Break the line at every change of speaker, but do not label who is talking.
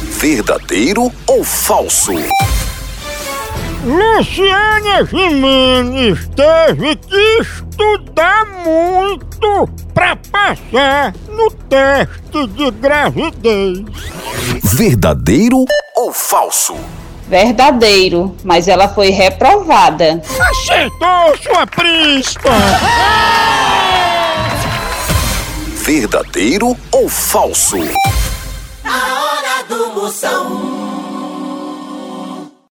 verdadeiro ou falso?
Luciana Jimenez teve que estudar muito pra passar no teste de gravidez.
Verdadeiro ou falso?
Verdadeiro, mas ela foi reprovada.
Aceitou sua príncipa!
Verdadeiro ou falso?
A hora do Moção.